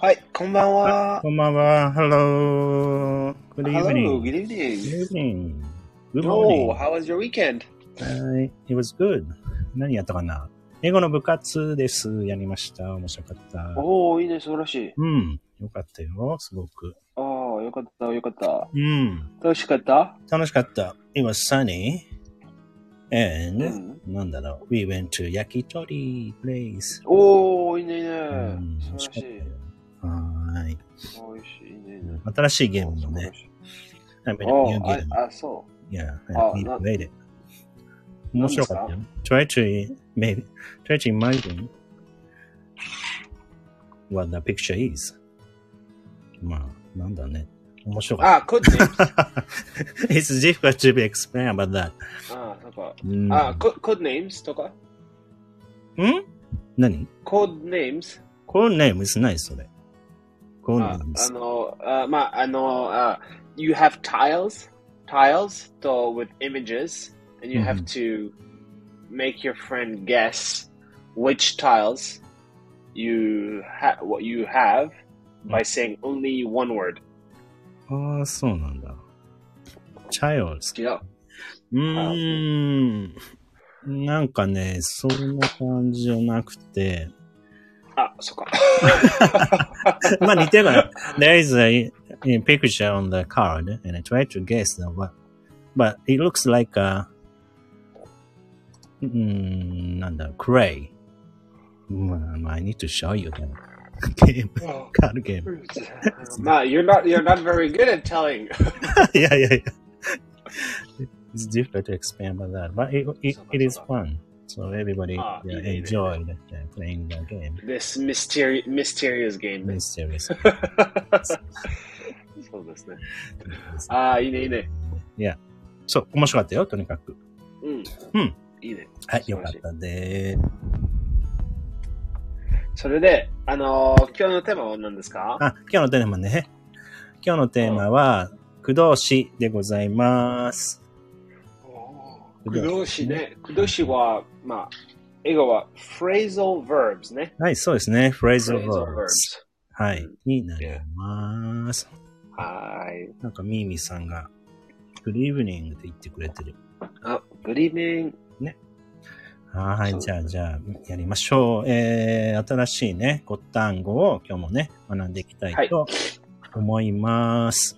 はい、こんばんは。こんばんは。Hello. Good Hello, good evening. evening. Good evening. Good Oh, morning. how was your weekend? Hi. It was good. 何やったかな英語の部活です。やりました。面白かった。おお、いいね、素晴らしい。うん。よかったよ。すごく。ああ、よかった、よかった。うん。楽しかった楽しかった。It was sunny. う And,、ん。なんだろう。We went to 焼き鳥 place. おお、いいね、いいねうん。素晴らしい。はーい。おいしい、いいね、いいね。新しいゲームもね。I made お a new お、あ game.、あそ Yeah, Oh, we not- made it. 面白かったよ。Try to, maybe, try to imagine what the picture is. まあ、なんだね。面白う。かっあ、コッチ。た。It's difficult to be explain about that. ああ、そうか。うんあ、ココードネームズとかん何コードネームズ ?Call name is ないそれ。Call あ name あ is. の、あまあ、あの、あ you have tiles, tiles to, with images, and you have to make your friend guess which tiles you ha what you have by saying only one word. ああ、そうなんだ。Child's 違う。うーん。なんかね、そんな感じじゃなくて。あ、そっか。 まあ似てるから。There is a, a picture on the card and I try to guess the what. But it looks like a, うーん、なんだ、gray. まあ、まあ、I need to show you that. ゲーム、カードゲ ーム。まあ、you're not you're not very good at telling. いやいやいや。It's difficult to explain about that. But it, it, it is fun. So everybody Ah, yeah, yeah, yeah, enjoyed yeah, playing the game. this mysterious mysterious game. Mysterious. そうですね。ああ、いいねいいね。そう、面白かったよ、とにかく。うん。うん。いいね。はい、素晴よらかっしいたです。それで、あのー今日のテーマは何ですかあ、今日のテーマね。今日のテーマは、駆動詞でございます。駆動詞ね。駆動詞は、まあ、英語は phrasal verbs ね。はい、そうですね。phrasal phrasal verbs。はい、になります。 verbs。はーい。なんか、ミーミーさんが、Good evening って言ってくれてる。あ、good evening。はそい、うじゃあ、じゃあ、やりましょう。えー、新しいね、ご単語を今日もね、学んでいきたいと思います。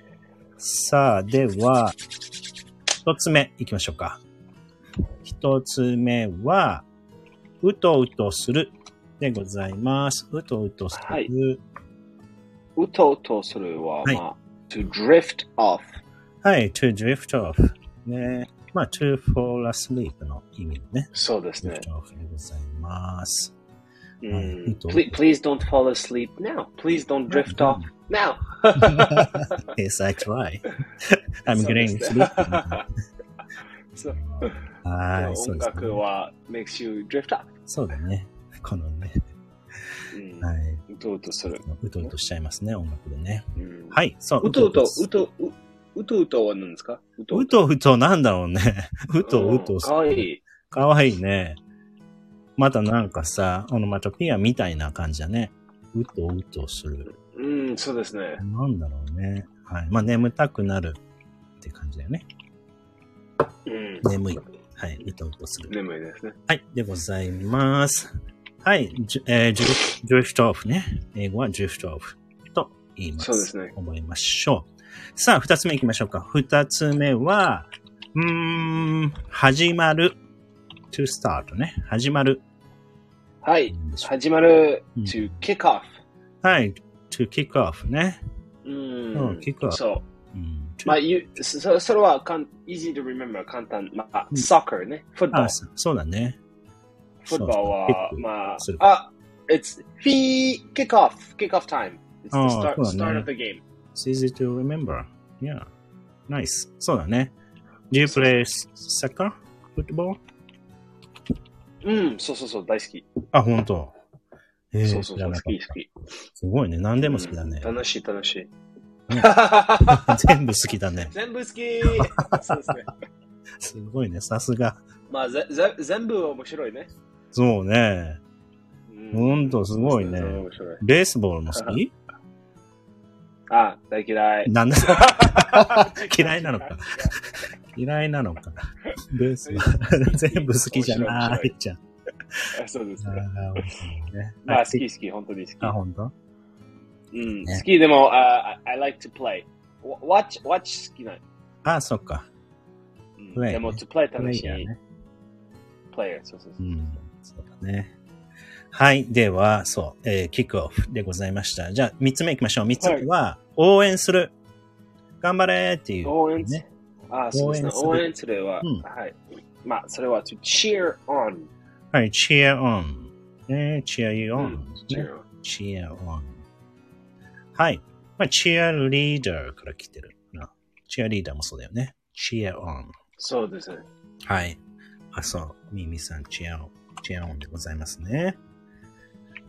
さあ、では、一つ目いきましょうか。一つ目は、うとうとするでございます。うとうとする。はいうとうとするは、はいまあ、to drift off。はい、to drift off。ね。まあ、to fall asleep の意味ね。そうですね drift。off でございます。うはいうんんと please, please don't fall asleep now. Please don't drift off now. yes, I try. I'm そうです getting ね sleepy. そうはい、そう音です楽ね。は makes you drift up。そうだね。このね、うんはい。うとうとする。うとうとしちゃいますね、音楽でね。うんはい、そう。うとうと、ううとう、うとうとは何ですかううとうとなんだろうね。 うとうと。かわいい。かわいいね。またなんかさ、オノマトピアみたいな感じだね。うとうとする。うん、そうですね。なんだろうね。はい。まあ、眠たくなるって感じだよね。うん。眠い。はい。うとうとする。眠いですね。はい。でございます。はい。じゅえー、ジュドリフトオフね。英語はドリフトオフと言います。そうですね。思いましょう。さあ、二つ目行きましょうか。二つ目は、うーん、始まる。to start ね。始まる。はい。始まるうん to kick off。はい。to kick off ね。ううんん。 kick off そうん、う。まあ、you- そそれはかん easy to remember 簡単。まあ、うん soccer ね。フットボーあル。そそうだね。フットボールはそ、うまあする、あ、it's fee kick off. Kick off time. It's あ the ー start, そうだ start ね of the game. It's easy to remember. Yeah. Nice. そうだね。Do you play soccer? Football? うん、そうそうそう、大好き。あ、本当。えーそうそうそ知らう、な好かっきた好き。すごいね。何でも好きだね。うん楽しい楽しい。全部好きだね。 全部好 きそうですね。すごいね。さすが。まあ、ぜぜ全部面白いね。そうね。うほんとすごいね全部面白いベースボールも好きあ、大嫌い。なん だ 嫌いなのか。嫌いなのか。ルースは全部好きじゃないっちゃん。あ そうですあね。ー面白いねまあ、好き好き、本当に好き。あ、本当？うん、ね好きでも、あ、I I like to play。watch、watch 好きなの。あ、そっか。うんプレイねでも、to play プレ楽しイヤいー。ね。プレイヤー、そうそうそうう。ん、そうだね。はい。では、そう、えーキックオフでございました。じゃあ、三つ目行きましょう。三つ目は、応援する。頑張れーっていう、応援すねる。あ、そうですね。応応援援するは、うんはい。まあ、それは、to cheer on。はい。cheer on。ね、cheer you on ですね、 cheer on。 cheer on。はい。まあ、cheer leader から来てるな。cheer leader もそうだよね。cheer on。そうですね。はい。あ、そう。ミミさん、チェアオン、チェアオンでございますね。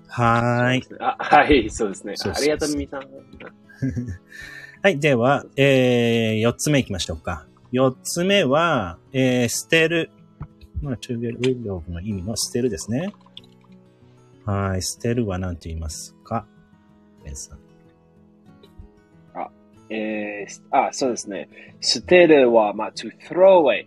はーい。そうですね。あ、はい、そうですね。そうそうあそうりがとう、みみさん。はい。では、えー、四つ目行きましょうか。四つ目は、えー、捨てる。まあ、to get rid of の意味の捨てるですね。はい。捨てるは何て言いますかベンさん。えー、あ、そうですね。捨てるは、まあ、to throw away。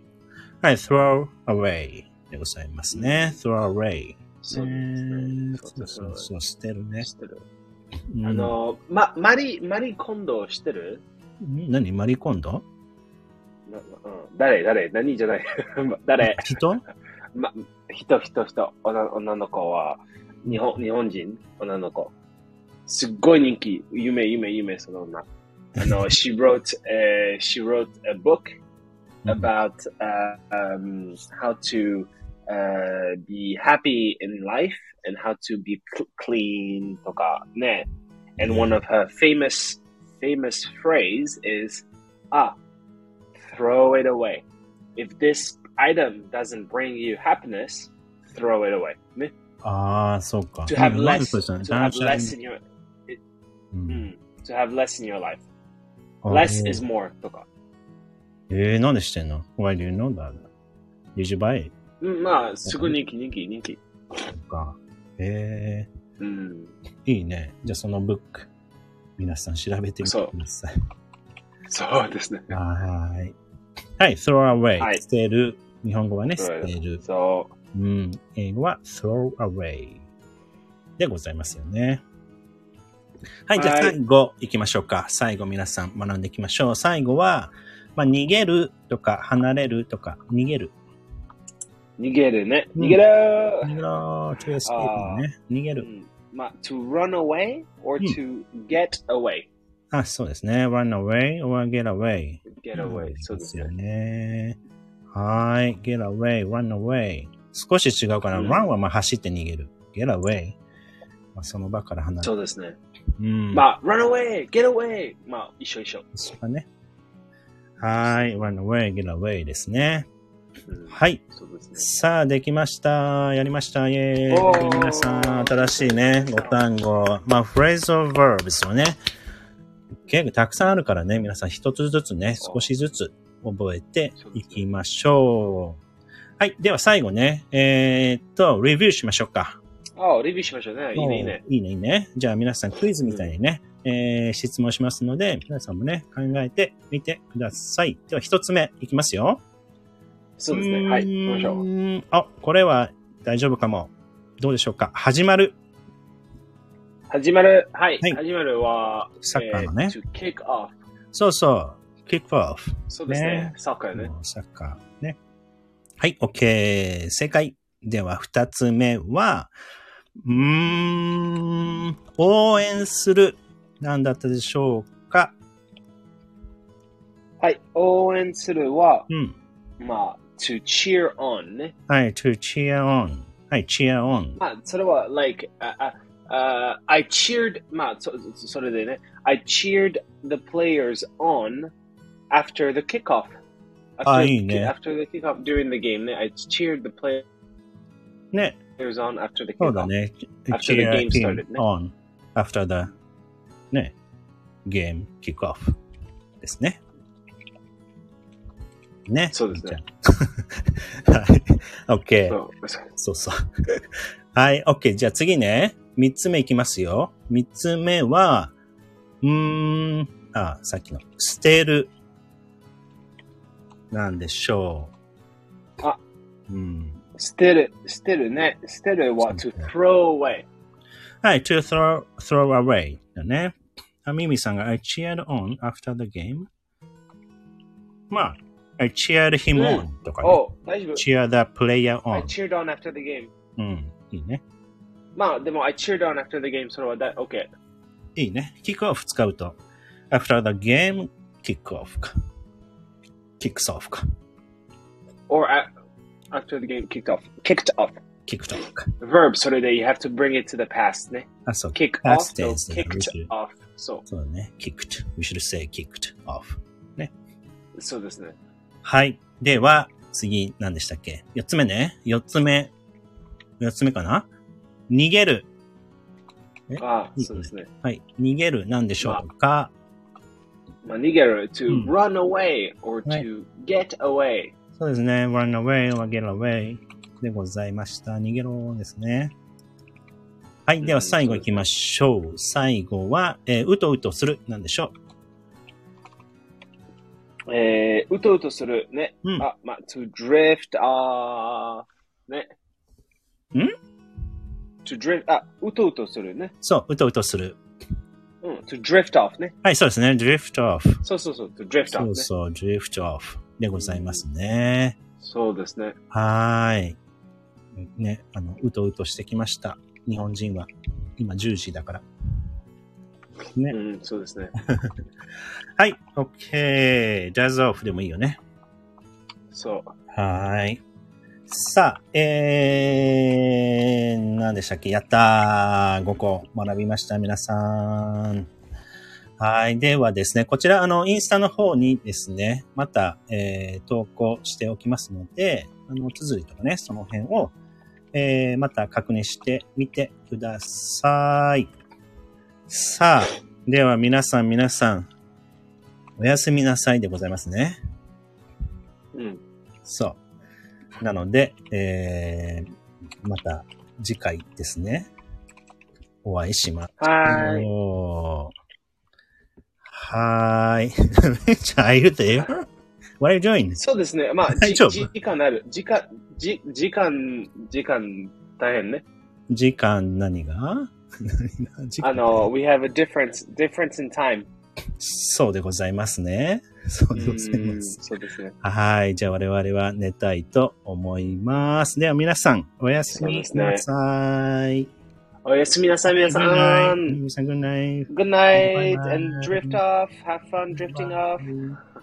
はい。throw away でございますね。throw away。そうですねね。そうそうそう、捨てるね。捨てる。うんあ、の、ま、マリ、マリコンド知ってるん何マリコンドなうん誰誰何じゃない ま誰人ま、人人人女女の子は日本日本人女の子すっごい人気夢夢夢その女あの she wrote、uh, she wrote a book Mm-hmm. about、uh, um, how to uh, be happy in life and how to be cl- clean とかね and one of her famous famous phrase is ah throw it away if this item doesn't bring you happiness, throw it away. ねああ、そうか。 To have うんなんで less, そうですよね to have 断 less 捨 in your, 離うん mm, to have less in your life. あー Less is more とか。えー、なんでしてんの ?Why do you know that? Did you buy it? うん、まあ、すごい人気、人気、人気。とか。えうん。ー、いいね。じゃあそのブック、皆さん調べてみてください。そうですね。はーい。はい、throw away、はい捨てる。日本語はね、捨 throw て it る。そうん。英語は throw away でございますよね。はい、じゃあはい最後行きましょうか。最後皆さん学んでいきましょう。最後は、まあ、逃げるとか離れるとか、逃げる。う、逃げるね。うん逃げ逃る、げろ、to escape ね。逃げうる。ん、まあ、to hmm. run away or to get away. あ、そうですね。run away or get away。 get away. んそうですよね。ね。はーい。get away, run away。少し違うかな。うん run はまあ走って逃げる。get away。まあ、その場から離れそる。うですね。うんまあ、run away, get away. まあ、一緒一緒。一緒だね。はーい。run away, get away ですね。うん、はい。そうですね。さあ、できました。やりました。イェおーイ。ー皆さん、新しいね、ご単語。まあ、フレーズオブバーブスをね、結構たくさんあるからね、皆さん一つずつね、そう少しずつ覚えていきましょう。はい。では、最後ね、えーっと、レビューしましょうか。ああ、レビューしましょうね。いいね、いいね。いいね、いいね。じゃあ、皆さん、クイズみたいにね、えー質問しますので、皆さんもね、考えてみてください。では、一つ目いきますよ。そうですね。はい、行きましょう。う。あ、これは大丈夫かも。どうでしょうか。始まる。始まる、はい、はい始まるは、サッカーのねえー eh, to kick off。そうそう。キックオフ。そうですね、ねサッカーね。もうサッカーね。はい、OK。正解。では、二つ目は、うーん、応援する。何だったでしょうか。はい、応援するは、うん。まあ、to cheer on ね。はい、to cheer on。はい、cheer on。まあ、それは、like, あああ I cheered, まあそ、それでね、I cheered the players on after the kickoff. After あ the- Ah, いいね After the kickoff, during the game ね、I cheered the players ね、 on after the そうだ kickoff. ね。 After the cheer game started team ね on after the ね、game kick off ですね。ね。そうですねじゃあ。 はい。OK。そうそうそうそう。はい、OK。じゃあ次ね。三つ目いきますよ。三つ目は、うーん。あ、さっきの、捨てる。なんでしょう。あ。うん。捨てる、捨てるね。捨てるはそ to うね throw away。はい、to throw, throw away だね。あ、ミミさんが I cheered on after the game. まあ、I cheered him うん on とかね。お Oh, 大丈夫。 cheer the player I on. cheered on after the game. うん、いいね。まあ、でも I cheered on after the game, それはだ、OK。いいね。キックオフ使うと。after the game, キックオフか。キックスオフか。 or a- after the game kicked off. Kicked off. キックトオフか。 Verb, それで you have to bring it to the past ね。あ、そう。 kick off, Past no, tense だね kicked we should- off. そそうだね。kicked. We should say kicked off. う、そうですね。はい。では、次、何でしたっけ四つ目ね。四つ目。四つ目かな逃げる。ああ、そうですね。はい。逃げる、なんでしょうか、まあ、逃げる to うん run away or はい to get away. そうですね。run away or get away でございました。逃げろですね。はい。では、最後行きましょう。最後は、えーうとうとする、なんでしょえー、うとうとするね。うんあ、まあ、to drift, あーね。ん to drift, あ、うとうとするねう。。そう、うとうとする。うん、to drift off ね。はい、そうですね。drift off。そうそうそう、to drift そ off ね。うそうそう、drift off でございますね。ですね。はーい。ね、あの、うとうとしてきました。日本人は。今10時だから。ねうん、そうですね。はい。OK。ジャズオフでもいいよね。そう。はーい。さあ、えー、何でしたっけやったー。5個学びました、皆さん。はい。ではですね、こちら、あの、インスタの方にですね、また、えー、投稿しておきますので、あの、綴りとかね、その辺を、えー、また確認してみてください。さあ、では皆さん、皆さん、おやすみなさいでございますね。うん。そう。なので、えー、また次回ですね。お会いしましはーい。ょう。はーい。めっちゃ Are you there? What are you doing? そうですね。まあ、大じ丈夫時間ある。時間、じ時間、時間大変ね。時間何が何が時間あの、we have a difference, difference in time. そうでございますね。そうでございまんす。そうですね。はい。じゃあ我々は寝たいと思います。では皆さん、おやすみなさい。おやすみなさい、皆さ Good night. ん。皆さん Good night. Good night Bye-bye. and drift off. Have fun drifting off. Bye.